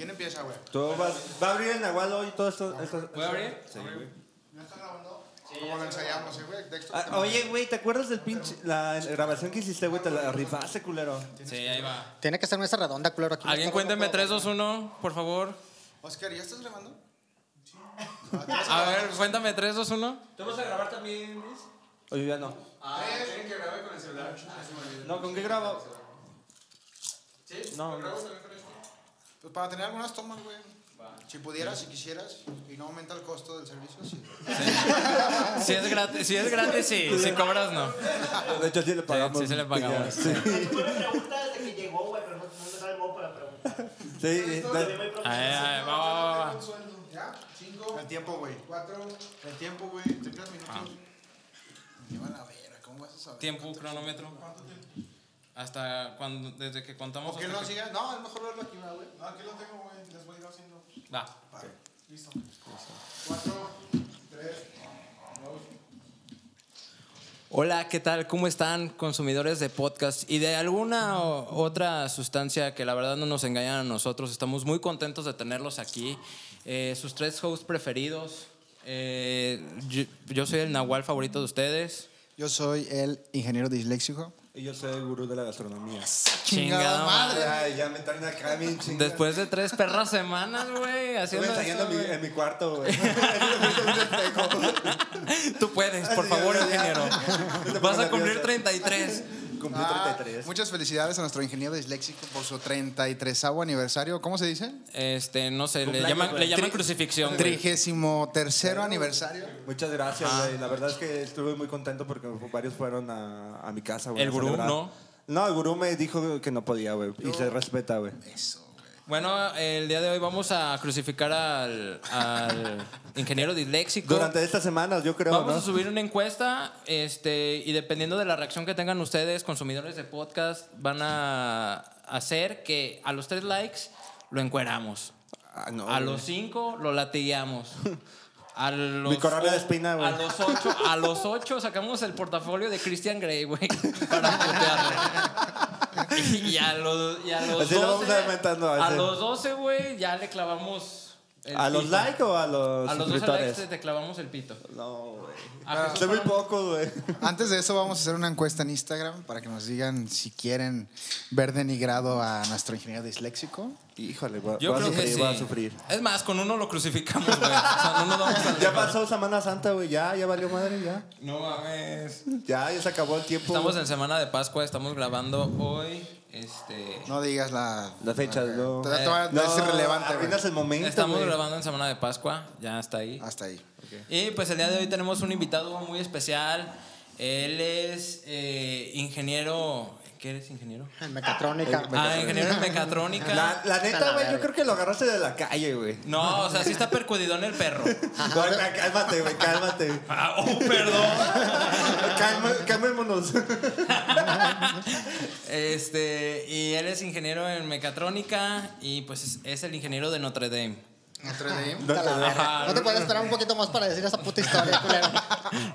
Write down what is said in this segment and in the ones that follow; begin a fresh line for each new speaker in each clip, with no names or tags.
empieza, güey.
Tú vas, va a abrir el Nahual hoy todo esto. esto-
¿Puedo abrir?
Sí, güey.
¿Ya está grabando? Como lo ensayamos, ¿eh, güey? Dexter,
Ah, oye, güey, ¿te acuerdas del pinche. La grabación que hiciste, güey? Te la rifaste, culero.
Sí, ahí va.
Tiene que ser mesa redonda, culero. Aquí
Alguien cuénteme 3, 2, 1, por favor.
Oscar, ¿ya estás grabando? Ah,
A ver, cuéntame 3, 2, 1. ¿Te vas a grabar también, Luis?
Oye, ya no.
Ah, ¿quieren que grabe con el celular? Ah,
No, ¿con qué grabo?
Sí,
No.
grabo también con este.
Pues para tener algunas tomas, güey. Si pudieras, si quisieras, y no aumenta el costo del servicio, sí.
Si es gratis, si es gratis, sí. Si cobras, no.
Ah, De hecho, sí le pagamos.
sí se le pagamos.
Sí,
pregunta desde que llegó, güey, pero no, no me sale el modo para preguntar.
sí, de-
Muy pro-
Ahí, ahí, Eh, va, va, va, va.
¿Ya? Cinco. El tiempo, güey. Cuatro. El tiempo, güey.
Ah.
Te quedas minutos. Me van a ver, ¿cómo vas a saber?
Tiempo, cronómetro. Hasta cuando, desde que contamos.
¿Por qué
hasta
no
que-
sigas? No, es mejor verlo aquí, va, güey. No, aquí lo tengo, güey. Les voy a ir haciendo.
Va.
Listo. Cuatro, tres.
Hola, ¿qué tal? ¿Cómo están consumidores de podcast y de alguna o- otra sustancia que la verdad no nos engañan a nosotros? Estamos muy contentos de tenerlos aquí. Eh, sus tres hosts preferidos. Eh, yo, yo soy el Nahual favorito de ustedes.
Yo soy el ingeniero disléxico.
Y yo soy el gurú de la gastronomía.
Chingada madre.
Ay, ya me entraron acá bien chingados.
Después de tres perras semanas, güey,
Estuve
haciendo
ensayando
esto,
en mi-
güey.
en mi cuarto, güey.
Tú puedes, por
Sí,
favor,
ya, ya.
ingeniero.
No te
Vas
pongas
a cumplir
nervioso.
33.
Cumplí
Ah,
33.
Muchas felicidades a nuestro ingeniero disléxico por su 33 aniversario. ¿Cómo se dice?
Este, no sé, le
Cumpleaños,
llaman,
güey.
le llaman crucifixión, güey.
Trigésimo tercero aniversario.
Muchas gracias, güey. La verdad es que estuve muy contento porque varios fueron a, a mi casa, güey.
¿El
a
gurú
celebrar.
no?
No, el gurú me dijo que no podía, güey. Y se respeta, güey.
Bueno, el día de hoy vamos a crucificar al, al ingeniero disléxico.
Durante estas semanas, yo creo,
Vamos
¿no?
a subir una encuesta este, y dependiendo de la reacción que tengan ustedes, consumidores de podcast, van a hacer que a los tres likes lo encueramos.
Ah, no,
a
güey.
los cinco lo latigueamos. A los,
Mi corona de espina, güey.
a los ocho, a los ocho sacamos el portafolio de Christian Grey, güey, para putearlo. Y a los, y a los
Así lo vamos aumentando,
a
así.
los doce, güey, ya le clavamos. el
¿A los
pito.
likes o a los
A los doce
suscriptores?
likes te- te clavamos el pito.
No, güey.
A
Sé
Jesús
muy poco, güey.
Antes de eso vamos a hacer una encuesta en Instagram para que nos digan si quieren ver denigrado a nuestro ingeniero disléxico.
Híjole, güey.
Yo
voy a
creo que
sufrir,
sí.
voy a sufrir.
Es más, con uno lo crucificamos, güey. O sea, no nos vamos a
Ya pasó Semana Santa, güey. Ya, ya valió madre, ya.
No mames.
Ya, ya se acabó el tiempo.
Estamos en semana de Pascua, estamos grabando hoy. Este.
No digas la...
La fecha, no.
Te- te va-
No,
es irrelevante. güey.
Apenas el momento,
Estamos
güey.
grabando en semana de Pascua, ya está ahí.
Hasta ahí.
Y pues el día de hoy tenemos un invitado muy especial. Él es eh, ingeniero. ¿Qué eres ingeniero?
En mecatrónica.
Ah, ingeniero en mecatrónica.
La, la neta, güey, yo creo que lo agarraste de la calle, güey.
No, o sea, sí está percudidón el perro.
Güey, Cálmate, güey, cálmate.
Ah, oh, perdón.
Calma- Calmémonos.
Este, y él es ingeniero en mecatrónica y pues es, es el ingeniero de Notre Dame.
Notre Dame.
Ajá.
No te puedes esperar un poquito más para decir esa puta historia, culero.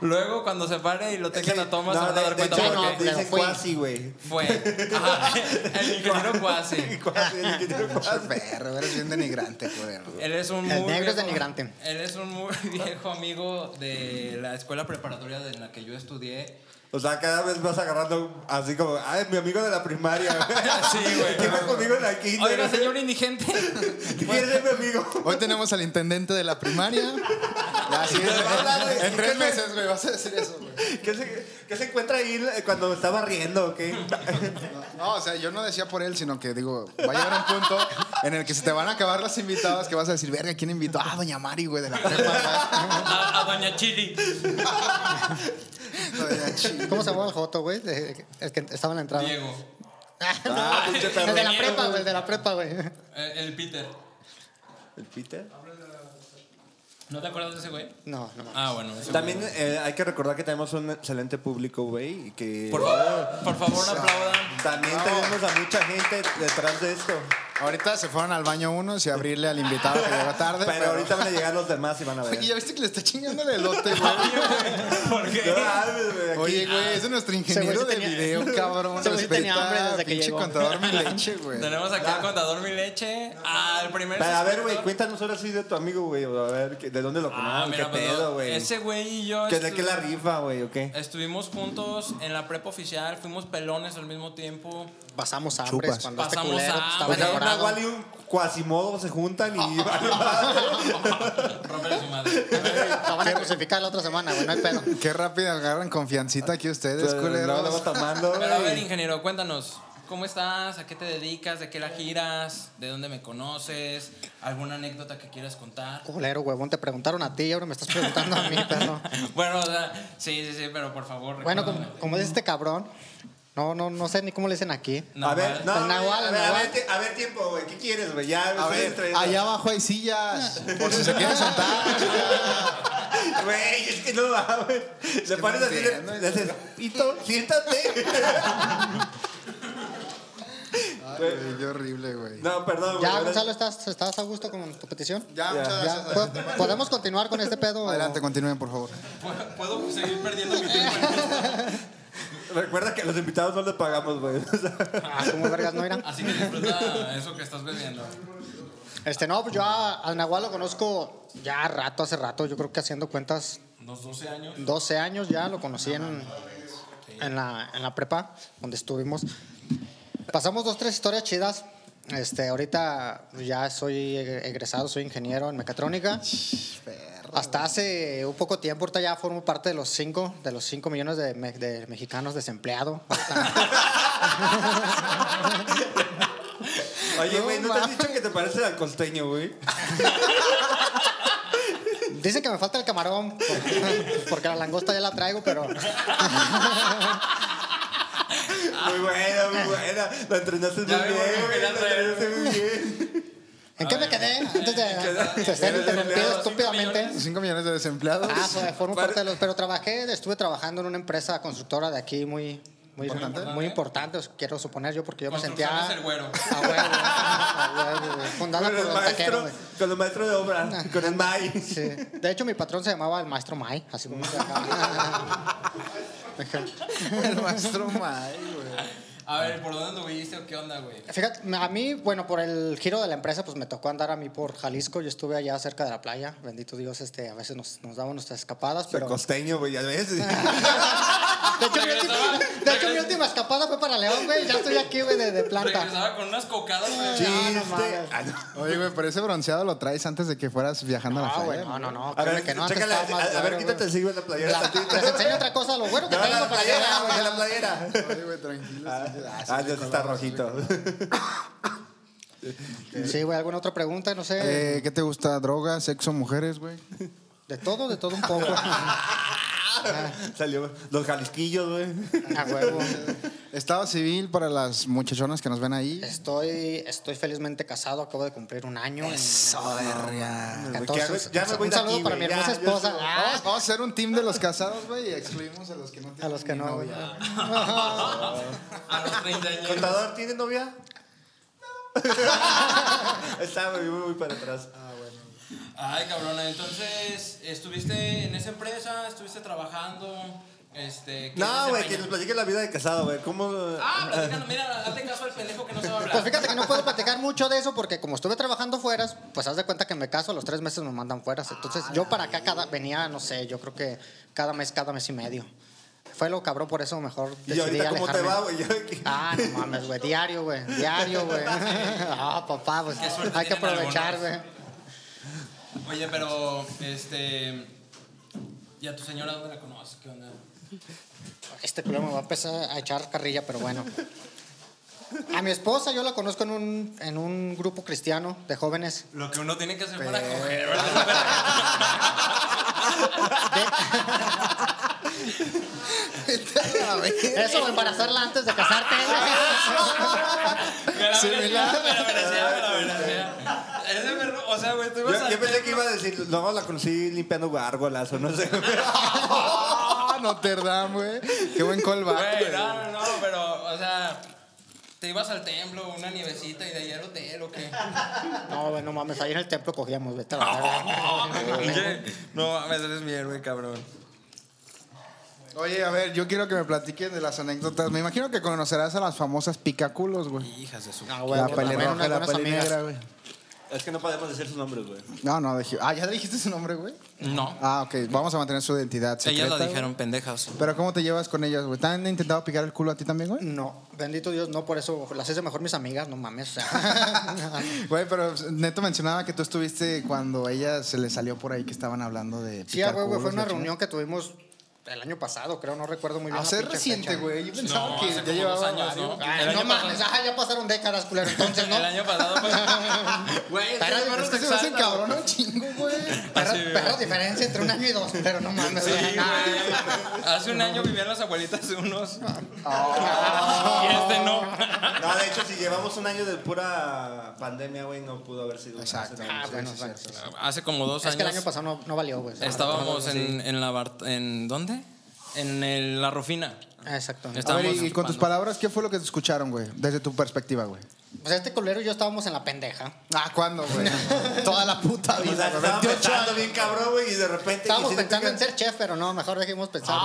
Luego cuando se pare y lo tengan a tomas, se van a dar
de, de
cuenta
hecho,
por
no,
qué.
de-
dicen
fue.
cuasi, güey.
Fue. Ajá, el ingeniero cuasi.
Cuasi, el ingeniero cuasi.
Perro, eres bien denigrante, culero.
Él es un
El
muy
negro es
viejo-
denigrante.
Él es un muy viejo amigo de la escuela preparatoria de la que yo estudié.
O sea, cada vez vas agarrando así como, ay, mi amigo de la primaria.
Sí, güey.
Que fue conmigo en la kinder.
Oiga, señor indigente.
¿Quién es mi amigo?
Hoy tenemos al intendente de la primaria. Ya, sí, en, en tres meses, güey, vas a decir eso, güey.
¿Qué se, qué se encuentra ahí eh, cuando estaba riendo? o qué?
No, o sea, yo no decía por él, sino que digo, va a llegar un punto en el que se te van a acabar las invitadas que vas a decir, verga, ¿quién invitó? Ah, doña Mari, güey, de la prepa.
A, a doña Chili.
güey. Doña Chi.
¿Cómo se llamaba el Joto, güey? De- El que estaba en la entrada.
Diego.
Ah, pinche
el de la
Diego.
prepa, güey. El de la prepa, güey.
eh, El Peter.
¿El Peter?
¿No te acuerdas de ese güey?
No, no.
Ah, bueno. ese
También eh, hay que recordar que tenemos un excelente público, güey. y Que
güey. Por favor, por favor, aplaudan.
También tenemos a mucha gente detrás de esto.
Ahorita se fueron al baño unos y abrirle al invitado que llegó tarde.
Pero ahorita van a llegar los demás y van a ver.
Oye, ya viste que le está chingando el elote, güey.
¿Por qué?
No mames, güey, aquí-
Oye, güey, ese es nuestro ingeniero
Seguro
de
tenía-
video, cabrón.
Seguro tenía
Respeta,
hambre desde que
pinche
llegó.
contador mi leche, güey.
Tenemos aquí al contador mi leche. Al primer.
Pero a ver, güey,
suscriptor.
cuéntanos ahora sí de tu amigo, güey. o A ver, que- ¿de dónde lo
Ah,
conoces? ¿Qué
mira, pues,
pedo, güey?
Ese güey y yo.
¿Qué de
estu-
qué la rifa, güey, o qué?
Estuvimos juntos en la prepa oficial, fuimos pelones al mismo tiempo.
Pasamos hambres
Chupas.
cuando este
Pasamos
culero pues,
hambre.
estaba
O sea, un
enamorado.
Nahual y un Quasimodo se juntan y...
Rómpele su madre.
Lo van a crucificar la otra semana, güey, no hay pedo.
Qué rápido agarran confiancita aquí ustedes,
No, no,
culeros.
tomando,
Pero a ver,
güey.
ingeniero, cuéntanos. ¿Cómo estás? ¿A qué te dedicas? ¿De qué la giras? ¿De dónde me conoces? ¿Alguna anécdota que quieras contar?
Culero, huevón, te preguntaron a ti y ahora me estás preguntando a mí, perro.
Bueno, o sea, sí, sí, sí, pero por favor.
Bueno,
recuérdame.
como, como dice este cabrón, no, no, no sé ni cómo le dicen aquí.
No,
a ver,
mal.
no,
El
güey,
Nahual,
a
el
ver, a
Nahual.
ver, ti- a ver, tiempo, güey. ¿Qué quieres, güey? Ya,
A ver, allá abajo hay sillas. Por si se quieren sentar.
Güey, es que no mames. Le
no
pares así,
entiendo
le, le haces, Pito, siéntate.
Güey, Qué horrible, güey.
No, perdón, güey.
Ya,
ahora-
Gonzalo, ¿estás, estás a gusto con tu petición?
Ya, muchas
Ya,
gracias.
¿po- ¿Podemos continuar con este pedo? o-
Adelante, continúen, por favor.
¿Puedo- ¿Puedo seguir perdiendo mi tiempo?
Recuerda que a los invitados no les pagamos, güey. O sea,
Ah, ¿Cómo vergas no irán?
Así que disfruta eso que estás bebiendo.
Este, no, pues yo a, a Nahual lo conozco ya rato, hace rato. Yo creo que haciendo cuentas,
Unos 12 años.
12 años ya lo conocí en, en, la, en la prepa, donde estuvimos. Pasamos dos, tres historias chidas. Este, ahorita ya soy e- egresado, soy ingeniero en mecatrónica. Hasta hace un poco tiempo, ahorita ya formo parte de los cinco, de los cinco millones de, me- de mexicanos desempleados.
Oye, güey, ¿no, te has
mames.
dicho que te pareces al costeño, güey?
Dicen que me falta el camarón, porque, porque la langosta ya la traigo, pero
Muy buena, muy buena. Lo entrenaste muy
Ya
bien,
me volví
güey. Lo
a quedar
entrenaste muy bien.
¿En qué me quedé? Antes de, de ser
Eres
interrumpido
empleado,
estúpidamente.
5 millones de desempleados.
Ah, fue- formo parte de los. Pero trabajé, estuve trabajando en una empresa constructora de aquí muy. Muy importante, muy importante, os quiero suponer yo, porque yo me sentía.
Construcciones el güero.
A huevo, a huevo, güey. fundada
Con
por
el
los
maestro,
taqueros, güey.
con el maestro de obra, con el Mai.
Sí. De hecho, mi patrón se llamaba el maestro Mai, así como se acaba.
El maestro May, güey.
A ver, ¿por dónde anduviste o qué onda, güey?
Fíjate, me- a mí, bueno, por el giro de la empresa, pues me tocó andar a mí por Jalisco. Yo estuve allá cerca de la playa, bendito Dios, este, a veces nos, nos daban nuestras escapadas,
El
pero.
costeño, güey, a veces.
De hecho, mi última, de hecho, mi última escapada fue para León, güey. Ya estoy aquí, güey, de, de planta.
Regresaba con unas cocadas, güey.
No, no
Chiste.
mames.
Ah, no.
Oye, güey, pero ese bronceado lo traes antes de que fueras viajando a la
No,
playa.
Ah, güey, no, no, no.
Ah, A
créeme
ver,
que no, antes
chécale,
estaba más
a- a ver,
güey.
quítate el siglo de la playera.
La-
tantito.
Les enseño otra cosa, lo bueno que
No,
tengo
la
para que
playera,
vean,
güey,
güey.
la playera.
Oye, güey, tranquilo.
Ah, ya está rojito.
Sí, güey, ¿alguna otra pregunta? No sé.
Eh, ¿Qué te gusta? ¿Drogas, sexo, mujeres, güey?
De todo, de todo un poco. A
Salió los jalisquillos, güey.
huevo.
Estado civil para las muchachonas que nos ven ahí.
Estoy, estoy felizmente casado, acabo de cumplir un año. en-
verga.
¿Qué hago?
Oh, Entonces,
Ya me voy
un
de
saludo
aquí,
para mi
güey, ya,
hermosa
yo
esposa.
soy-
Ah,
Vamos, vamos a hacer un team de los casados, güey, y excluimos a los que no tienen
A los que
ni
no,
novia.
güey.
A los 30 años.
¿Contador tiene novia? No. Está muy, muy, muy para atrás.
Ay, cabrona, entonces, ¿estuviste en esa empresa? ¿Estuviste trabajando? Este, ¿qué
No, güey, que nos
desempeño?
platique la vida de casado, güey. ¿Cómo?
Ah, platicando, mira, hazle caso al pendejo que no sabe
Pues
hablar.
fíjate que no puedo platicar mucho de eso porque como estuve trabajando fueras, pues haz de cuenta que me caso, a los tres meses me mandan fueras. Entonces yo para acá cada, venía, no sé, yo creo que cada mes, cada mes y medio. Fue lo cabrón, por eso mejor
y
decidí
ahorita, ¿cómo te
alejarme.
va, güey?
Ah, no mames, güey, diario, güey, diario, güey. Ah, papá, pues
suerte
hay que
tienen
aprovechar, güey.
algunos. Oye, pero, este. ¿Y a tu señora dónde la conoces? ¿Qué onda?
Este culo me va a empezar a echar carrilla, pero bueno. A mi esposa yo la conozco en un, en un grupo cristiano de jóvenes.
Lo que uno tiene que hacer para coger, ¿verdad?
Eso, embarazarla antes de casarte.
Ah,
Pero,
Sí,
pero,
¿verdad?
pero, pero, pero, pero, pero, Ese perro, o sea, güey, tú ibas
Yo,
al
yo pensé que
templo.
iba a decir, no, la conocí limpiando gárgolas o no sé.
Ah, Notre Dame, güey. Qué buen callback,
Güey,
güey.
no, no, no, pero, o sea, ¿Te ibas al templo, una nievecita y de ahí al hotel o qué?
No, güey, no mames, ahí en el templo cogíamos, vete a la verga.
No mames, eres mi héroe, cabrón.
Oye, a ver, yo quiero que me platiquen de las anécdotas. Me imagino que conocerás a las famosas picaculos, güey.
Hijas de su.
No, güey,
La
pues, también
pelirroja,
unas
la
buenas amigas.
pelinegra, güey.
Es que no podemos decir sus nombres, güey.
No, no, dije- Ah, ¿ya le dijiste su nombre, güey?
No.
Ah, ok. Vamos a mantener su identidad secreta.
Ellas lo
güey.
dijeron, pendejas.
Pero ¿cómo te llevas con ellas, güey? ¿Te han intentado picar el culo a ti también, güey?
No, bendito Dios, no, por eso las hice mejor mis amigas, no mames. o sea.
Güey, pero Neto mencionaba que tú estuviste cuando a ella se le salió por ahí que estaban hablando de
sí, ah,
picar
güey, güey, fue
culos,
una
la chingada.
reunión que tuvimos el año pasado, creo, no recuerdo muy bien.
Ah, o
la
sea, es
pinche
reciente,
fecha.
güey. Yo pensaba
No,
que
hace
ya
como
llevaba
dos años,
varios.
¿no?
Ay,
El
no
año
mames, ah, ya pasaron décadas, culero, entonces, ¿no?
El año pasado, pues. Güey,
Pero
esos
es
perros
Es que
te
se me hacen
exaltan,
cabrón un chingo, güey.
Perra, perra diferencia entre un año y dos, pero no mames.
Sí,
güey, nada.
güey. Hace un año vivían las abuelitas de unos. Y este no.
No, de hecho, si llevamos un año de pura pandemia, güey, no pudo haber sido.
Exacto.
Ah,
Sí,
bueno,
sí,
bueno.
sí, sí.
Hace como dos
Es que el año
años.
pasado no, no valió, güey.
Estábamos en, en la. bar- ¿En dónde? En el- la Rufina.
Exacto.
Está-
A ver,
Estábamos
y- y con tus
chupando.
palabras, ¿qué fue lo que te escucharon, güey? Desde tu perspectiva, güey.
Pues este culero y yo estábamos en la pendeja.
Ah, ¿cuándo, güey? Toda la puta
O sea,
vida, güey.
estaba
28
pensando
años.
bien cabrón, güey, y de repente.
Estábamos
quisiste
pensando en
picar-
ser chef, pero no, mejor dejemos pensar.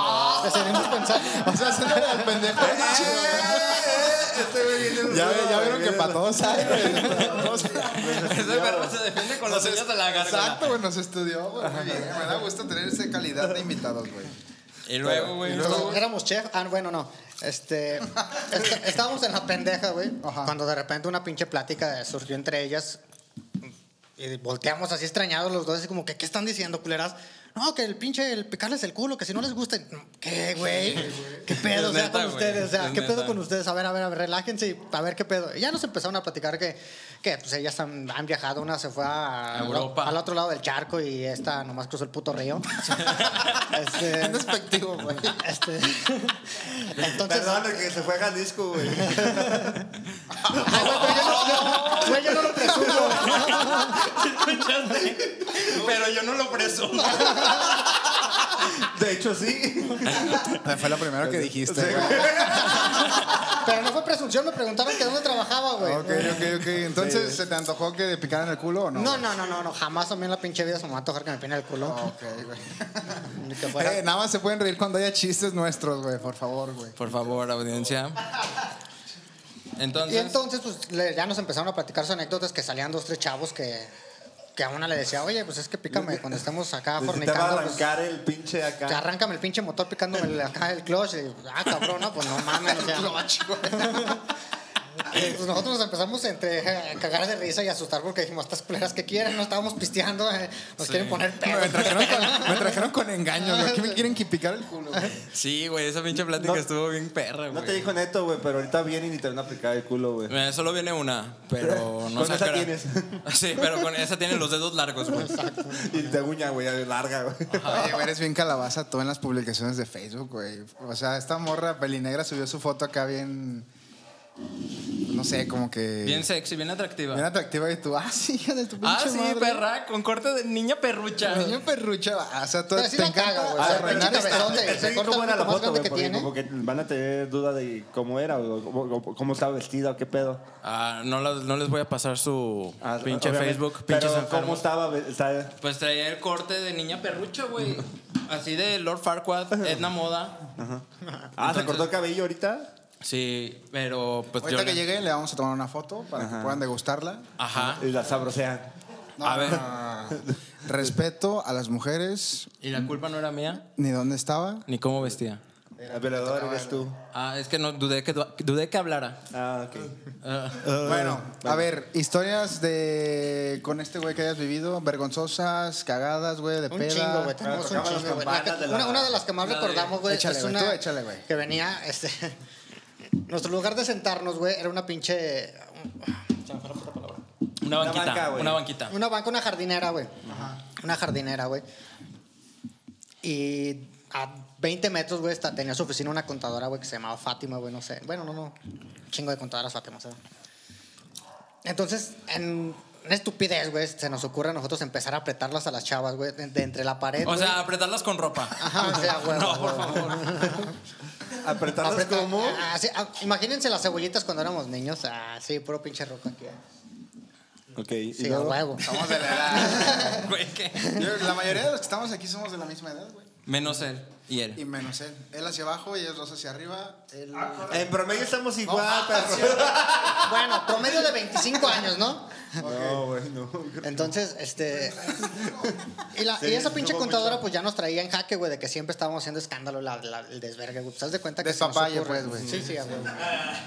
Decidimos pensar.
O sea, se era el pendejo.
Eh, Este güey viene un-
Ya, ve- ya vieron que
viene-
para todos hay, güey.
Ese perro se defiende con las uñas de la garganta.
Exacto, güey, nos estudió, güey. Muy bien, me da gusto tener esa calidad de invitados, güey.
Y luego, güey.
Entonces, Éramos chef. Ah, bueno, no. Este, est- estábamos en la pendeja, güey.
Ajá.
Cuando de repente una pinche plática surgió entre ellas. Y volteamos así extrañados los dos, así como que, ¿qué están diciendo, culeras? No, que el pinche, el picarles el culo, que si no les gusta. ¿Qué, güey? ¿Qué pedo?
Es
O sea,
neta,
con
güey.
ustedes, o sea,
Es
¿qué pedo
neta.
con ustedes? A ver, a ver, a ver, relájense y a ver qué pedo. Y ya nos empezaron a platicar que, que pues ellas han, han viajado, una se fue a,
A Europa.
al otro lado del charco y esta nomás cruzó el puto río. este,
Despectivo, güey.
este, entonces,
Perdón, el que se fue a Jalisco, güey.
Ay, güey, pero yo no- yo- güey, yo no lo presumo.
Pero yo no lo presumo.
De hecho, sí.
Fue lo primero que dijiste, güey.
Pero no fue presunción, me preguntaron que dónde trabajaba, güey.
Ok, ok, ok. Entonces, ¿se te antojó que te picaran el culo o no? Eh,
No, no, no, no, no, jamás a mí en la pinche vida se me va a tocar que me pine el culo.
Ok, güey.
Ni que fuera.
Eh, nada más se pueden reír cuando haya chistes nuestros, güey, por favor, güey.
Por favor, audiencia.
Y
Entonces.
entonces, pues le- ya nos empezaron a platicar sus anécdotas que salían dos, tres chavos que, que a una le decía, oye, pues es que pícame cuando estemos acá
Necesitaba
fornicando. pues,
arrancar el pinche
O sea,
acá.
arráncame el pinche motor picándome el- acá el clutch. Y, ah, cabrón, no, pues no mames. O sea. Eh, pues nosotros nos empezamos entre eh, a cagar de risa y asustar porque dijimos, estas culeras que quieren, no estábamos pisteando, eh, nos quieren poner pedo.
Me trajeron con, me trajeron con engaño, güey. ¿Qué me quieren que picar el culo, güey?
Sí, güey, esa pinche plática
No-
estuvo bien perra,
No
güey.
te dijo neto, güey, pero ahorita vienen y te van a picar el culo, güey.
Eh, Solo viene una, pero no
Con
sé a
esa
qué hora.
tienes.
Sí, pero con esa tiene los dedos largos, güey.
Y te uña, güey, larga, güey.
Ah.
Oye, güey, eres bien calabaza tú en las publicaciones de Facebook, güey. O sea, esta morra pelinegra subió su foto acá bien. No sé, como que.
Bien sexy, bien atractiva.
bien atractiva y tú, ah, sí, hija de tu pinche
ah, sí,
madre.
perra, con corte de niña perrucha.
Niño perrucha, o sea, tú
Pero sí
te
la
encanta,
caga, güey.
o sea,
A ver,
arruinar
pinche
esta-
cabezón. ¿Dónde?
Es
¿Se
que
corta
cómo
el
era la
pito más
foto,
grande
güey,
que
porque
tiene?
como que van a tener duda de cómo era o cómo, o cómo estaba vestida o qué pedo.
Ah, no, la- no les voy a pasar su
Ah,
pinche
obviamente.
Facebook,
Pero
pinches
cómo
enfermos.
estaba, ve- está-
Pues traía el corte de niña perrucha, güey. Así de Lord Farquaad, Edna Moda.
Ah, se cortó el cabello ahorita.
Sí, pero pues
Ahorita
yo...
que llegue le vamos a tomar una foto para que puedan degustarla.
Ajá.
Y la sabrosean.
A ver,
Ah.
Respeto a las mujeres,
¿y la culpa no era mía?
ni dónde estaba.
Ni cómo vestía.
El velador eres tú.
Ah, es que no dudé que dudé que hablara.
Ah, ok.
Ah,
Bueno, a ver, historias de con este güey que hayas vivido, vergonzosas, cagadas, güey, de
Un
peda. Ah,
chingo, güey. Tenemos un
tocaban las
chingo, güey. La que-
campanas de la-
Una, una de las que más
la de-
recordamos, güey,
Échale,
es
güey,
una
tú échale, güey.
que venía, este... Nuestro lugar de sentarnos, güey, era una pinche...
una banquita,
banca, güey.
una banquita.
Una banca, una jardinera, güey. Una jardinera, güey. Y a 20 metros, güey, está- tenía su oficina una contadora, güey, que se llamaba Fátima, güey, no sé. Bueno, no, no. Chingo de contadoras Fátima, ¿sabes? Entonces, en una estupidez, güey, se nos ocurre a nosotros empezar a apretarlas a las chavas, güey, de, de entre la pared.
O
güey.
sea, apretarlas con ropa.
Ajá, o sea, güey.
No, por favor.
¿Apretarlas
Apreta-
como?
Ah, sí, ah, imagínense las cebollitas cuando éramos niños. Ah, sí, puro pinche roco aquí.
Ok, y
Sí, a
luego-
huevo.
Somos de la edad.
Güey, ¿qué?
Yo- la mayoría de los que estamos aquí somos de la misma edad, güey.
Menos él y él.
Y menos él. Él hacia abajo y ellos dos hacia arriba. Él...
Ah,
En promedio estamos
ah,
igual, perro.
Bueno, promedio de 25 años, ¿no?
No, güey, no.
Entonces, este. Y, la- y
Sí,
esa pinche
estuvo
contadora,
mucho.
pues ya nos traía en jaque, güey, de que siempre estábamos haciendo escándalo, la, la- el desvergue, güey. ¿Te das de cuenta que. se nos
Despapalle,
ocurre?
pues, güey.
Sí, sí, a huevo.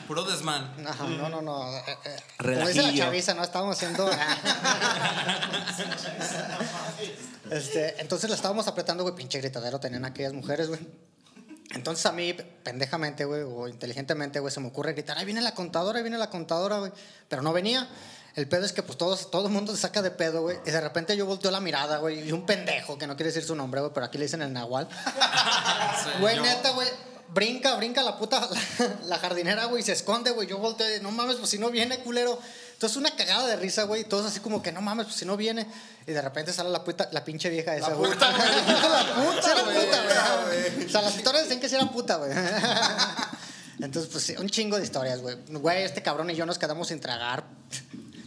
Puro desmán.
Ajá, no, no, no. eh, eh, Como dice la
Relajillo.
chaviza, ¿no? Estábamos haciendo. este, entonces la estábamos apretando, güey, pinche gritadero tenían aquellas mujeres, güey. Entonces a mí, pendejamente, güey, o inteligentemente, güey, se me ocurre gritar, ahí viene la contadora, ahí viene la contadora, güey. Pero no venía. El pedo es que pues todos, todo el mundo se saca de pedo, güey. Y de repente yo volteo la mirada, güey. Y un pendejo, que no quiere decir su nombre, güey, pero aquí le dicen el nahual. Güey, neta, güey. Brinca, brinca la puta, la, la jardinera, güey, se esconde, güey. Yo volteo, y, no mames, pues si no viene, culero. Entonces una cagada de risa, güey. Todos así como que no mames, pues si no viene. Y de repente sale la puta, la pinche vieja esa, güey. La puta, puta, era puta, güey. O sea, las historias dicen que sí era puta, güey. Entonces, pues sí, un chingo de historias, güey. Güey, este cabrón y yo nos quedamos sin tragar.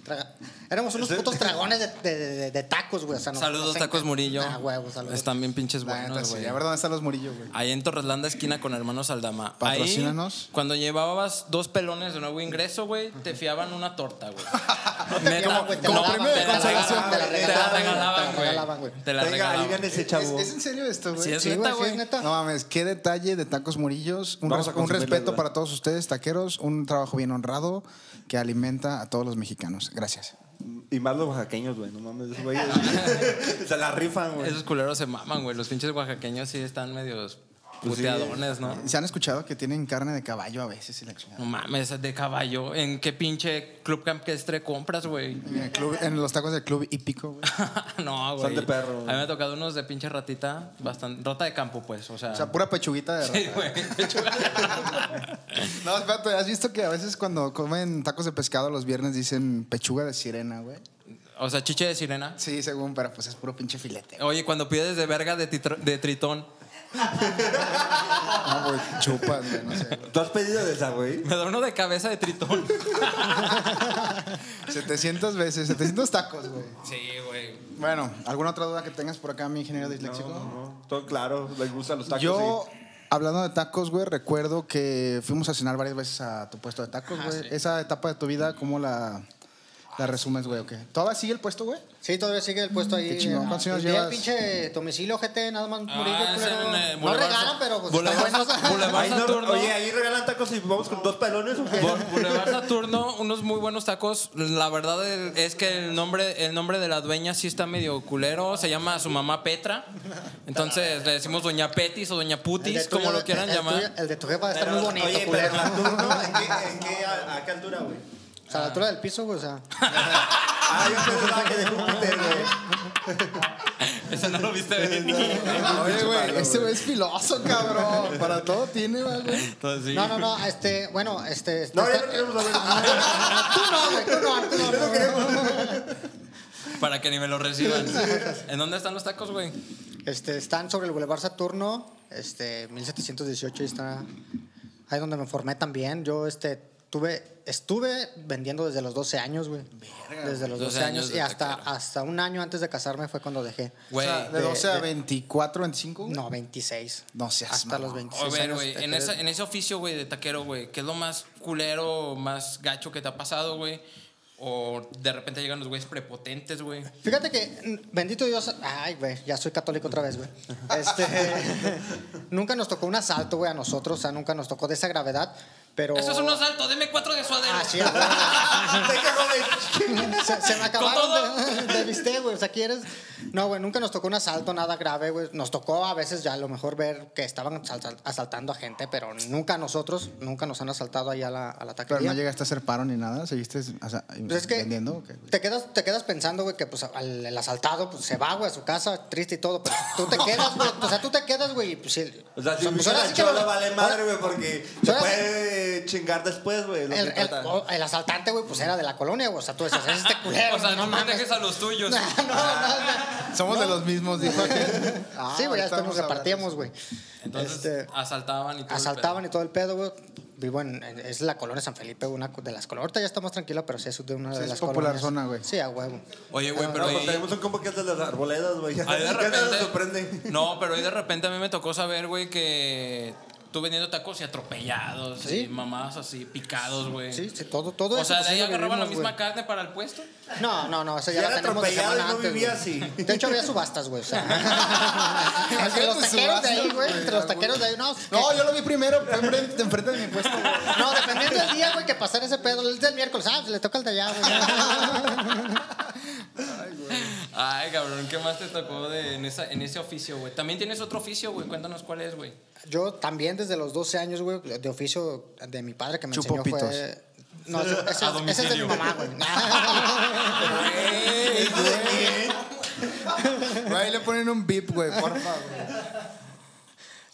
Traga- Éramos unos putos dragones de, de- de- de tacos, güey. O sea, nos-
Saludos,
nos
Tacos
encan-
Murillo.
Ah, huevo, saludos.
Están bien pinches
La neta,
buenos,
sí.
güey.
A ver dónde están los murillos, güey.
Ahí en Torreslanda, esquina con Hermanos Aldama. Ahí,
Patrocínanos.
cuando llevabas dos pelones de nuevo ingreso, güey, te fiaban una torta, güey.
Te
Neta,
daban, güey, te
como
la daban,
premio de
te la daban,
consolación.
Te la
Te la regalaban,
regalaban, güey. Te la regalaban, güey.
güey. Te la
Venga,
regalaban.
alivian ese chavo.
¿Es, es en serio esto, güey?
Sí, es
Sí,
neta,
güey, sí,
güey.
es neta.
No mames, qué detalle de tacos murillos. Un,
Vamos
res-
a
un
consumirlos,
respeto
¿verdad?
para todos ustedes, taqueros. Un trabajo bien honrado que alimenta a todos los mexicanos. Gracias.
Y más los oaxaqueños, güey, no mames, esos güeyes. se la rifan, güey.
Esos culeros se maman, güey. Los pinches oaxaqueños sí están medios
Pues sí.
puteadones, ¿no?
¿Se han escuchado que tienen carne de caballo a veces y la
No
chingada?
mames, de caballo. ¿En qué pinche club campestre compras, güey?
En, el club- en los tacos del club hípico, güey.
no, güey.
Son de perro,
A
güey.
mí me ha tocado unos de pinche ratita, bastante. Rata de campo, pues. O sea,
O sea, pura pechuguita de rata.
sí, güey. pechuga de rata.
No, espérate, ¿has visto que a veces cuando comen tacos de pescado los viernes dicen pechuga de sirena, güey?
o sea, chiche de sirena.
Sí, según, pero pues es puro pinche filete.
Oye, cuando pides de verga de, titr- de tritón,
No, güey, chupas, güey, no sé. güey.
¿Tú has pedido de esa, güey?
me da uno de cabeza de tritón.
700 veces, 700 tacos, güey.
sí, güey.
Bueno, ¿alguna otra duda que tengas por acá, mi ingeniero disléxico?
No, todo claro, les gustan los tacos.
Yo, hablando de tacos, güey, recuerdo que fuimos a cenar varias veces a tu puesto de tacos,
Ah,
güey. Esa etapa de tu vida, ¿cómo la, la resumes, güey? ¿O qué? ¿Todavía sigue el puesto, güey?
Sí, todavía sigue el puesto ahí.
Qué chingón.
Ah,
¿Cuántos años
y ve al
llevas?
pinche domicilio, GT, nada más Murillo,
Ah, es
culero.
en, eh,
no
Boulevard-
regalan, pero pues,
Boulevard-
está bueno.
sí.
Boulevard
Ahí no-
Saturno.
oye, ahí regalan tacos y vamos con dos pelones o qué?
Bul- Boulevard pues, Saturno, unos muy buenos tacos. La verdad el- es que el nombre, el nombre de la dueña sí está medio culero. Se llama su mamá Petra. Entonces le decimos Doña Petis o Doña
El de
Putis,
tu-
como lo quieran
el tuyo-
llamar.
el de tu jefa está
Pero,
muy bonito,
oye,
culero.
pero Saturno, ¿en qué, en qué- a, a qué altura, güey?
O sea, a la altura del piso, güey, o sea.
Ah, yo pensaba que de Júpiter, güey.
Eso no lo viste venir.
Oye, güey, este güey es filoso, cabrón. Para todo tiene, güey.
Entonces, sí.
No, no, no, este, bueno, este. este
No, ya
está-
no queremos saber.
Tú no, güey, tú no, tú no, no.
Para que ni me lo reciban. ¿En dónde están los tacos, güey?
Este, están sobre el Boulevard Saturno, este, 1718, ahí está. Ahí donde me formé también. Yo, este, tuve, estuve vendiendo desde los 12 años, güey. Desde los 12,
12 años
años. Y
de
hasta,
taquero.
hasta un año antes de casarme fue cuando dejé.
Güey.
O sea, de
Eh, de-
12 a
de-
24, 25, güey.
No, 26.
No seas
Hasta
mamón.
los 26
Oye,
años.
güey,
te
en,
quedé-
esa- en ese oficio, güey, de taquero, güey, ¿qué es lo más culero, más gacho que te ha pasado, güey? O de repente llegan los güeyes prepotentes, güey.
Fíjate que, mm, bendito Dios, ay, güey, ya soy católico otra vez, güey. Este, nunca nos tocó un asalto, güey, a nosotros, o sea, nunca nos tocó de esa gravedad, pero...
Eso es un asalto, deme cuatro de suadero.
Ah, sí, a huevo.
Venga, joven.
se, se me
todo.
acabaron de, de bistec, güey. O sea, ¿quieres? No, güey, nunca nos tocó un asalto, nada grave, güey. Nos tocó a veces ya a lo mejor ver que estaban asal- asaltando a gente, pero nunca a nosotros, nunca nos han asaltado allá a la, a la
Pero
taquería.
no llegaste a hacer paro ni nada. Seguiste o sea,
Pues es que
vendiendo. ¿o qué, güey?
te quedas, te quedas pensando, güey, que pues al- el asaltado pues, se va, güey, a su casa, triste y todo. Pero tú te quedas, güey. O sea, tú te quedas, güey, y pues sí.
O sea, si
pues,
hubiera
ahora
la
sí que
chola,
lo-
vale madre, güey, porque se
ahora sí-
puede chingar después, güey. lo
El,
que
el-
tratan.
o- el asaltante, güey, pues pues era de la colonia, güey. O sea, tú decías, es este culero.
Ah, O sea, no me
mames.
dejes a los tuyos.
No, no, no.
Somos de los mismos, dijo aquel.
sí, güey, ya
ahorita
después
vamos
nos
a hablar de
repartíamos, güey.
Entonces
Este,
asaltaban y todo. el
asaltaban y todo el pedo, güey. Vivo en, en- es la colonia San Felipe, una de las colonias. Ahorita ya está más tranquila, pero sí es de una
Sí,
de
es
las
popular
colonias.
zona, güey.
Sí, a huevo.
pedo. Oye, güey, pero
No, pues
ahí-
tenemos un compa que es de las arboledas, güey. Ya,
ahí de
ya nada
repente-
nos sorprende.
No, pero ahí de repente a mí me tocó saber, güey, que tú vendiendo tacos y atropellados
Sí.
y mamadas así, picados, güey.
Sí, sí, todo, todo
O
eso.
sea,
pues,
de ahí
sí lo
agarraban la
vivimos,
misma carne para el puesto.
güey. No, no, no, esa ya
Ya
la
era
tenemos de
atropellado
semana
y no
antes,
vivía
güey.
así.
De hecho, había subastas, güey. O sea, entre los
Imagínate
taqueros de ahí,
subastas,
güey.
güey,
Entre los taqueros de ahí, no.
No, yo lo vi primero, fue enfrente, enfrente de mi puesto. güey.
No, dependiendo del día, güey, que pasara ese pedo. Es del miércoles. Ah, se le toca el de allá, güey.
Ay, cabrón, ¿qué más te tocó de, en, esa, en ese oficio, güey? También tienes otro oficio, güey. Cuéntanos cuál es, güey.
Yo también desde los 12 años, güey, de oficio de mi padre que me
Chupo
enseñó
pitos.
fue... No, ese, ese-
A
ese es de mi
domicilio.
mamá, güey.
Güey, Ahí le ponen un beep, güey, porfa, güey.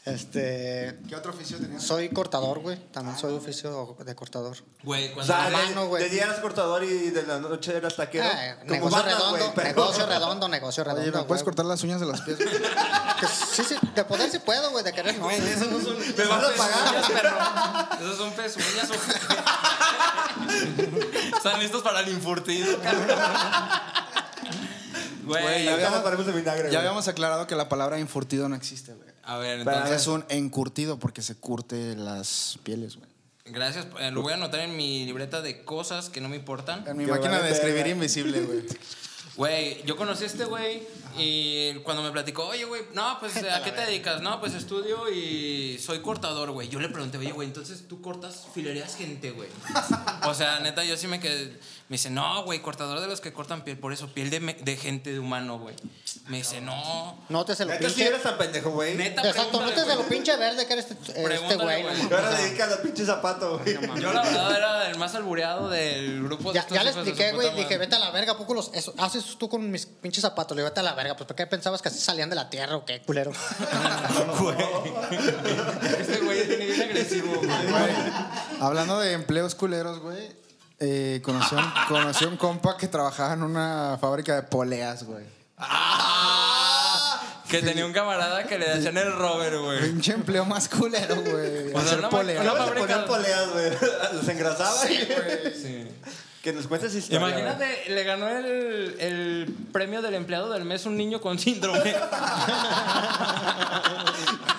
Este...
¿Qué otro oficio tenías?
Soy cortador, güey. También soy oficio de cortador.
Güey,
O
cuando.
sea,
A mano,
de,
güey.
de día eras cortador y de la noche eras taquero.
Ah,
Como
negocio,
Batman,
redondo,
güey, pero-
negocio redondo, negocio redondo,
Oye, ¿me
güey.
puedes cortar las uñas de los pies? güey?
Que sí, sí, de poder sí puedo, güey, de querer no. güey.
Esos son,
¿Me vas a pagar?
perro. Esos son pezuñas, güey. Están listos para el infurtido, cabrón. Güey,
Ya habíamos paremos de vinagre,
Ya
güey.
habíamos aclarado que la palabra infurtido no existe, güey.
a ver,
Para-
entonces.
Es un encurtido porque se curte las pieles, güey.
Gracias. eh, Lo voy a anotar en mi libreta de cosas que no me importan.
En mi
Que
máquina
vale
de escribir
verga.
invisible, güey.
Güey, yo conocí a este güey y cuando me platicó, oye, güey, no, pues, ¿a qué te dedicas? No, pues estudio y soy cortador, güey. Yo le pregunté, oye, güey, entonces tú cortas, filerías gente, güey. O sea, neta, yo sí me quedé. Me dice, no, güey, cortador de los que cortan piel, por eso, piel de, me- de gente de humano, güey. Me dice, no.
No te se lo
Neta, sí
pinche.
eres tan pendejo, güey.
Neta,
Exacto, no te
pregúntale,
se lo
güey.
pinche verde que eres este este
Pregúntale,
güey.
güey.
no mames.
Y ahora dedicas al pinche zapato, güey.
Yo, la verdad, era el más albureado del grupo de
Ya,
estos
ya le
hijos Pues de su
expliqué,
puta
güey. Dije,
madre.
vete a la verga, ¿a poco los. eso- "Ah, haces tú con mis pinches zapatos. Le digo, vete a la verga. Pues, ¿por qué pensabas que así salían de la tierra o qué, culero?
Este güey tiene bien agresivo, güey.
Hablando de empleos culeros, güey. eh, conocí, a un, conocí a un compa que trabajaba en una fábrica de poleas, güey.
Que tenía un camarada que le hacían el Robert, güey.
Pinche empleo más culero, güey.
O sea,
hacer
una ma-
poleas.
una
Luego se
fábrica-
ponían poleas, güey. Los engrasaba.
Sí.
Que nos cuentes historia. güey.
Imagínate, le ganó el, el premio del empleado del mes un niño con síndrome.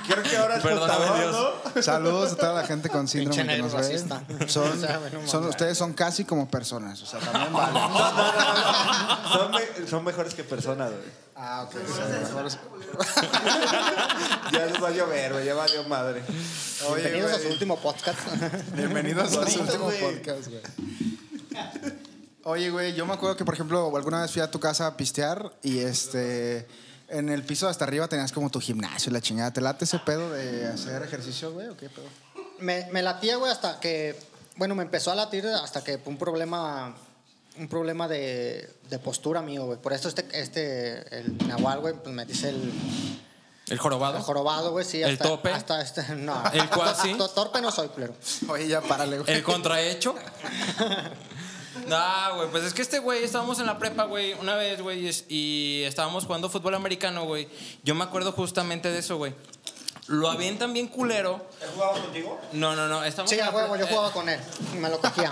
Creo que ahora es
Perdóname, Dios.
contador, ¿no?
Saludos a toda la gente con síndrome
Pinche
que nos
negro
ve.
racista.
Son,
O sea, bueno,
son-
mames.
ustedes son casi como personas, o sea, también vale.
No, no, no, no. Son, me- son mejores que personas, güey.
Ah, ok.
Ya les va a llover, güey. Ya valió madre.
Bienvenidos a su último podcast.
Bienvenidos a su
Bonito,
último
güey.
podcast, güey. Oye, güey, yo me acuerdo que, por ejemplo, alguna vez fui a tu casa a pistear y este. En el piso de hasta arriba tenías como tu gimnasio y la chingada. ¿Te late ese pedo de hacer ejercicio, güey? ¿O qué pedo?
me, me latía, güey, hasta que. Bueno, me empezó a latir hasta que un problema. Un problema de, de postura mío, güey. Por eso este, este el Nahual, güey, pues me dice el,
¿El jorobado?
el jorobado, güey, sí.
¿El
hasta-
tope?
Hasta este, no.
¿El cuasi?
To- Torpe no soy, culero.
Oye, ya párale, güey.
¿El contrahecho? Nah, güey, pues es que este güey, estábamos en la prepa, güey, una vez, güey, y es- y estábamos jugando fútbol americano, güey. Yo me acuerdo justamente de eso, güey. Lo avientan bien culero.
¿He jugado contigo?
No, no, no, estamos...
Sí,
en
a
la
huevo, yo
pre-
jugaba con él. y Me lo cogía.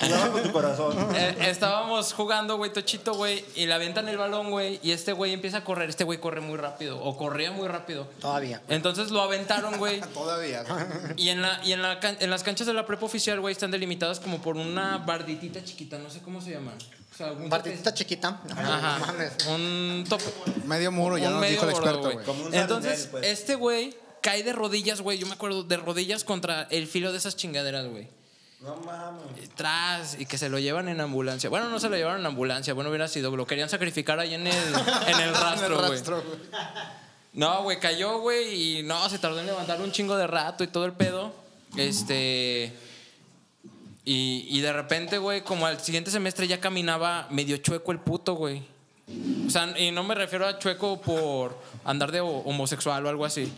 Jugaba con tu corazón.
Eh, estábamos jugando, güey, tochito, güey, y le avientan el balón, güey, y este güey empieza a correr. Este güey corre muy rápido, o corría muy rápido.
Todavía.
Entonces lo aventaron, güey.
Todavía, güey.
Y en, la, y en, la can- en las canchas de la prepa oficial, güey, están delimitadas como por una barditita chiquita, no sé cómo se llama. O sea, algún
Partidita chiquita. No,
Ajá.
no mames.
Un tope.
Medio muro, ya
un
nos
medio
dijo el
gordo,
experto, güey.
Como un
Entonces,
sardinel, pues.
este güey cae de rodillas, güey. Yo me acuerdo de rodillas contra el filo de esas chingaderas, güey.
No mames.
Y Tras, y que se lo llevan en ambulancia. Bueno, no se lo llevaron en ambulancia, bueno, hubiera sido. Lo querían sacrificar ahí en el, en el rastro, güey. No, güey, cayó, güey, y no, se tardó en levantar un chingo de rato y todo el pedo. Este. Y, y de repente, güey, como al siguiente semestre ya caminaba medio chueco el puto, güey. O sea, y no me refiero a chueco por andar de ho- homosexual o algo así.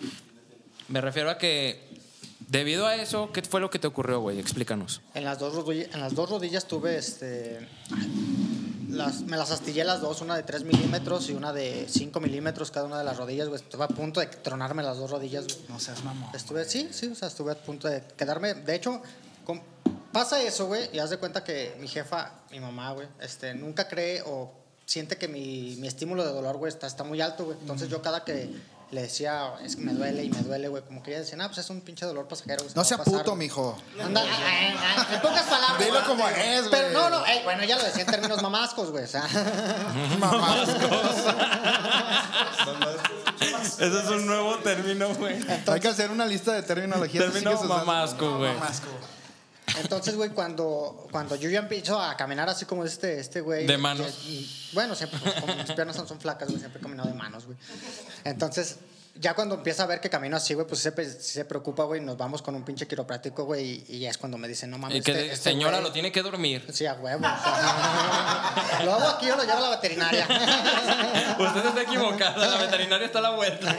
Me refiero a que Debido a eso, ¿qué fue lo que te ocurrió, güey? Explícanos.
En las dos rodillas, en las dos rodillas tuve este. Las, me las astillé las dos, una de 3 milímetros y una de 5 milímetros cada una de las rodillas, güey. Estuve a punto de tronarme las dos rodillas, güey.
No seas mamón.
Estuve, sí, sí, o sea, estuve a punto de quedarme. De hecho, com- pasa eso, güey, y haz de cuenta que mi jefa, mi mamá, güey, este, nunca cree o siente que mi, mi estímulo de dolor, güey, está, está muy alto, güey. Entonces yo cada que le decía, es que me duele y me duele, güey, como que ella decía, ah, pues es un pinche dolor pasajero, güey. se me
No
va a
sea
pasar,
puto,
güey".
mijo.
Anda, ay, ay, ay, en pocas palabras.
Dilo
güey.
como es, güey.
Pero no, no, ey, bueno, ya lo decía en términos mamascos, güey. O sea,
Ese es un nuevo término, güey.
Hay que hacer una lista de terminología.
Término mamasco, güey.
entonces, güey, cuando, cuando yo ya empiezo a caminar así como este, este güey.
De manos.
Y, y, bueno, siempre, pues, como mis piernas son, son flacas, güey, siempre he caminado de manos, güey. Entonces, ya cuando empieza a ver que camino así, güey, pues se, pe- se preocupa, güey, nos vamos con un pinche quiropráctico, güey, y, y es cuando me dicen, no mames.
Y que
este- este
señora
güey-
lo tiene que dormir.
Sí, a huevo. o sea, lo hago aquí o lo llevo a la veterinaria.
Usted está equivocada, la veterinaria está a la vuelta.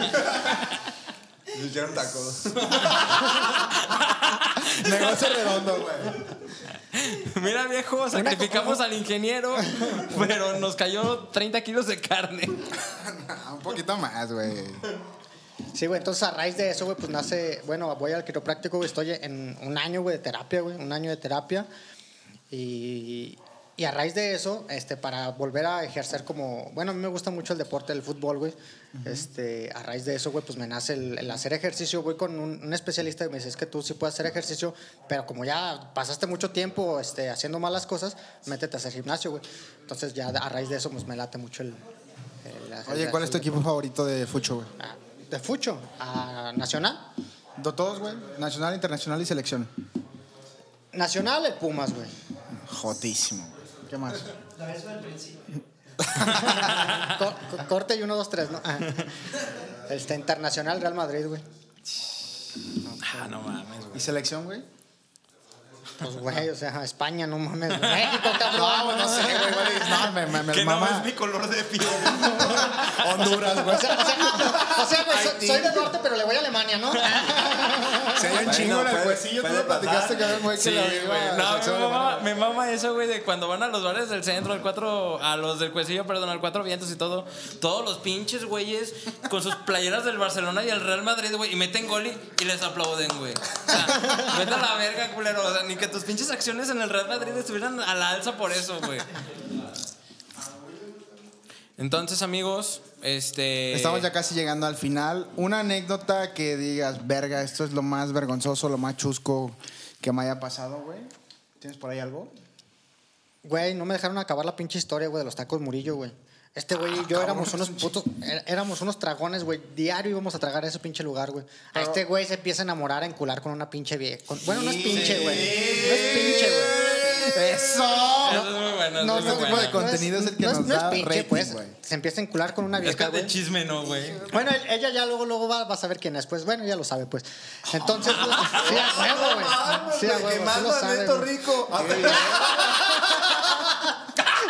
Le hicieron tacos.
Negocio redondo, güey.
Mira, viejo, sacrificamos al ingeniero, pero nos cayó 30 kilos de carne.
Ah, Un poquito más, güey.
Sí, güey, entonces a raíz de eso, güey, pues nace, bueno, voy al quiropráctico, güey, estoy en un año, güey, de terapia, güey, un año de terapia. Y, y a raíz de eso, este, para volver a ejercer como, bueno, a mí me gusta mucho el deporte, el fútbol, güey. Este, a raíz de eso, güey, pues me nace el, el hacer ejercicio, voy con un, un especialista y me dice, es que tú sí puedes hacer ejercicio, pero como ya pasaste mucho tiempo este, haciendo malas cosas, métete a hacer gimnasio, güey. Entonces ya a raíz de eso, pues me late mucho el... el hacer
Oye, ¿cuál es
ejercicio.
tu equipo favorito de Fucho, güey?
Ah, De Fucho a Nacional.
De todos, güey. Nacional, internacional y selección.
Nacional, el Pumas, güey.
Jotísimo, güey. ¿Qué más?
La vez fue al principio.
Co- co- corte y uno, dos, tres, ¿no? Ah. Este, Internacional, Real Madrid, güey.
Ah, no mames, güey.
¿Y selección, güey?
Pues, güey, o sea, España, no mames. México, cabrón.
No, no sé, güey. güey. No, me, me, me
Que no
mama.
es mi color de piel.
Honduras, güey.
O sea, o sea, o sea, güey, so- soy, del norte, pero le voy a Alemania, ¿no?
Se hay un
Bueno,
chingo en el
puede-
huesillo. Tú
puede
lo platicaste que había un güey que
Sí,
le
güey.
había iba a
No,
selección
me
alemana.
mama, me mama eso, güey, de cuando van a los bares del centro, al cuatro, a los del cuecillo, perdón, al cuatro vientos y todo. Todos los pinches güeyes con sus playeras del Barcelona y el Real Madrid, güey, y meten gol y, y les aplauden, güey. O sea, vete a la verga, culero. O sea, ni que tus pinches acciones en el Real Madrid estuvieran a la alza por eso, güey. Entonces, amigos, este.
Estamos ya casi llegando al final. Una anécdota que digas, verga, esto es lo más vergonzoso, lo más chusco que me haya pasado, güey. ¿Tienes por ahí algo?
Güey, no me dejaron acabar la pinche historia, güey, de los tacos Murillo, güey. Este güey y yo éramos unos putos, é- éramos unos tragones, güey. Diario íbamos a tragar a ese pinche lugar, güey. A este güey se empieza a enamorar, a encular con una pinche vieja. con- bueno, no es pinche, güey. No es pinche, güey.
¡Eso!
Oh, Eso es muy bueno.
No,
eso es
este
muy
tipo de
bueno.
contenido es el que
no
nos
no
da
pinche,
rating,
pues.
güey.
Se empieza a encular con una
Es que
vieja,
de
güey.
chisme, no, güey.
Bueno, e, ella ya luego, luego va, va a saber quién es. Pues bueno, ya lo sabe, pues. Entonces, güey, sí, a huevo, güey.
Ah,
Sí, a huevo, sí lo sabe,
esto
güey.
rico.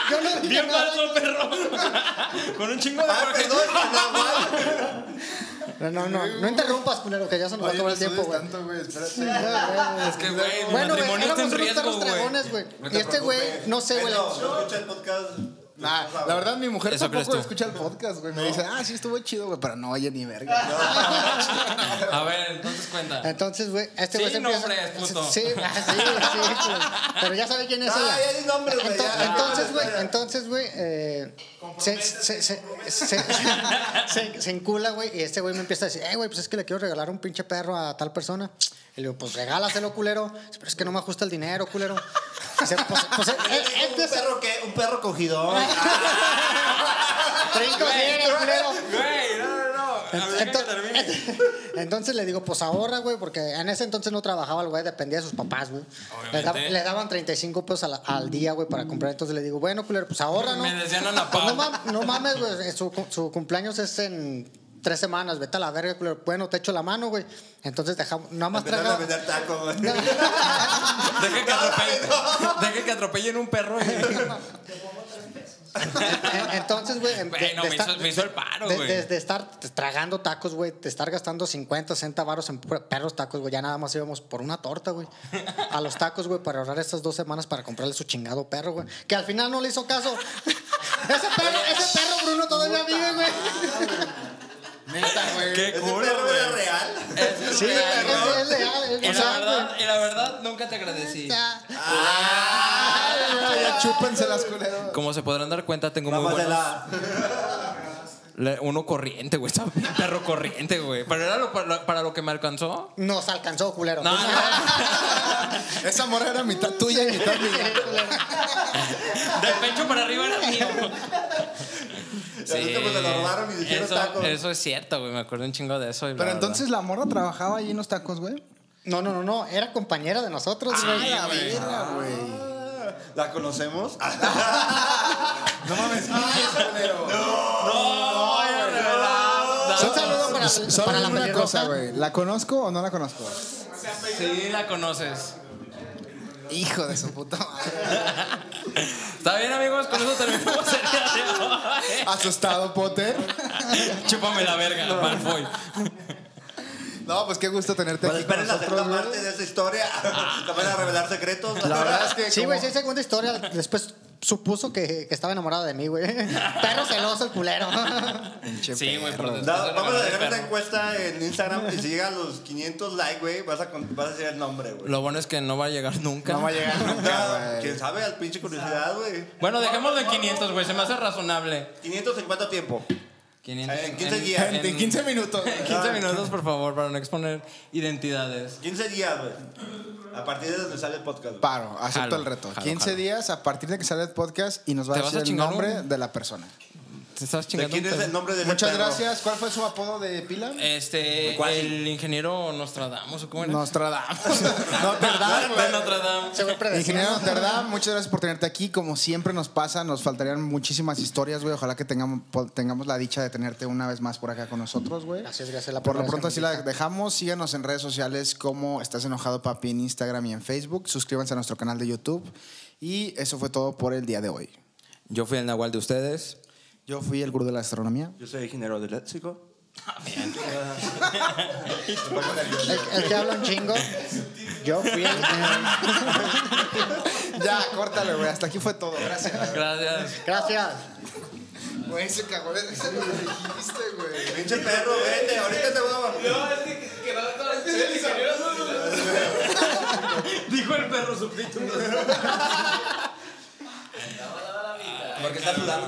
Yo no dije
Bien
nada.
falso, perro. Con un chingo de coraje.
No, no, no. No interrumpas, culero, que ya se nos va a
Oye,
acabar
no
el tiempo,
sudes
güey.
tanto, güey, espérate.
Es que, güey, mi
Bueno, güey,
matrimonio
éramos
está en
unos
riesgo,
perros
güey.
dragones, güey. Y este güey, no sé, güey.
No, no escucha el podcast.
Nah, la verdad, mi mujer
Eso crees
tampoco
tú.
escucha el podcast, güey. Me dice, ah, sí, estuvo chido, güey, pero no oye ni verga.
A ver, entonces cuenta.
Entonces, güey, este güey
Sí,
se empieza...
nombres, puto.
Sí, ah, sí, sí, güey. Pero ya sabe quién es
Ah,
ella.
ya di nombres, güey,
Ento-
ya.
Entonces, güey,
Espera.
entonces, güey, eh, se, se, se, se, se- se encula, güey, y este güey me empieza a decir, eh, güey, pues es que le quiero regalar un pinche perro a tal persona. Y le digo, pues regálaselo, culero. Dice, Pero es que no me ajusta el dinero, culero. Dice, pues, pues, eh, eh,
Un
este es
perro que, un perro cogidón.
trinco, dinero, culero.
Güey, no, no, no. A ver, deja que termine.
Entonces, entonces le digo, pues ahorra, güey, porque en ese entonces no trabajaba el güey, dependía de sus papás, güey. Le, daba-
Obviamente.
le daban 35 pesos al, al día, güey, para comprar. Entonces le digo, bueno, culero, pues ahorra, ¿no? Pues
Me decían Ana Pau.
No, mam- no mames, güey, su, cu- su cumpleaños es en tres semanas, vete a la verga, culero. Bueno, te echo la mano, güey. Entonces dejamos, nada más
Empezaron a
traga.
vender tacos, güey.
Deja que atropellen- Deja que atropellen un perro. güey.
En- Entonces, güey, en- de-
Bueno,
de
me
estar-
hizo- me hizo el paro,
de-
güey.
de- de estar tragando tacos, güey, de estar gastando 50, 60 varos en pura- perros tacos, güey, ya nada más íbamos por una torta, güey. A los tacos, güey, para ahorrar estas dos semanas para comprarle su chingado perro, güey. Que al final no le hizo caso. Ese perro, ese perro Bruno todavía vive, güey.
Neta, güey.
Qué
¿Ese
culo,
perro
güey.
era real?
Sí, güey, es, es leal.
Y
es- o
la
sea,
verdad, y la verdad, nunca te
güey, o
agradecí.
sea,
Ya chúpense las culeras.
Como se podrán dar cuenta, tengo muy
Vamos de
buenos...
la.
le- Uno corriente, güey. Estaba bien perro corriente, güey. Pero era lo, para, lo- para lo que me alcanzó.
Nos alcanzó, culero.
No, no.
Esa morra era mitad tuya y mitad mía.
De pecho para arriba era mío.
Y al último te lo robaron y dijeron
eso,
tacos.
eso es cierto, güey. Me acuerdo un chingo de eso. y la
Pero
verdad.
entonces la morra trabajaba allí en los tacos, güey.
No, no, no, no. Era compañera de nosotros, güey.
la Ah, güey.
verga, güey.
¿La conocemos?
Ah, No mames.
Un saludo para,
Solo
para la
dime una
pelirroja.
cosa, güey. ¿La conozco o no la conozco?
Sí, la conoces.
Hijo de su puta madre.
Está bien, amigos. Con eso terminamos el día de hoy.
Asustado, Potter.
Chúpame la verga, Malfoy.
No, pues qué gusto tenerte
Bueno,
aquí con
esperen la
nosotros,
segunda
güey.
parte de esta historia. Te van a revelar secretos.
La verdad es que
Sí, güey, sí,
como-
hay segunda historia. Después supuso que, que estaba enamorada de mí, güey. Perro celoso, el culero.
Pinche
Sí, güey, pero después
Da-
de
vamos a
revelar el
dejar una
perro.
encuesta en Instagram y si llega a los 500 likes, güey, vas a, con- vas a decir el nombre, güey.
Lo bueno es que no va a llegar nunca.
No va a llegar nunca,
Ya,
güey.
¿Quién sabe? Al pinche curiosidad, güey.
Bueno, dejémoslo en 500, güey. Se me hace razonable.
500 en cuánto tiempo.
500.
En 15 días.
En en 15 minutos.
en 15 minutos, por favor, para no exponer identidades.
15 días, güey. A partir de donde sale el podcast. güey.
Paro, acepto
Jalo,
el reto.
jalo,
15
jalo.
días a partir de que sale el podcast y nos va a
¿Te vas a
decir el
chingar
nombre
un-
de la persona.
Te estás
¿De
chingando.
quién
un
es
perro.
el nombre de
Muchas gracias. ¿Cuál fue su apodo de pila?
Este,
¿Cuál?
el ingeniero Nostradamus, ¿o cómo era?
Nostradamus. Nostradamus.
Ah, Nostradamus.
Se fue predecido.
Ingeniero Nostradamus, muchas gracias por tenerte aquí. Como siempre nos pasa, nos faltarían muchísimas historias, güey. Ojalá que tengamos, po- tengamos la dicha de tenerte una vez más por acá con nosotros, güey.
Gracias, gracias, la
Por lo
primera
pronto
vez que
así
me
la
invitan.
dejamos. Síganos en redes sociales como Estás Enojado Papi en Instagram y en Facebook. Suscríbanse a nuestro canal de YouTube. Y eso fue todo por el día de hoy.
Yo fui el Nahual de ustedes.
Yo fui el gurú de la astronomía.
Yo soy ingeniero de léxico.
El, el que habla un chingo. Yo fui el.
Ya, córtale, güey. Hasta aquí fue todo. Gracias.
Gracias.
Gracias.
Güey, se cagó. Ese lo dijiste, güey.
Pinche perro, vete, ahorita te voy a.
Dijo el perro subtítulos.
Porque está sudando.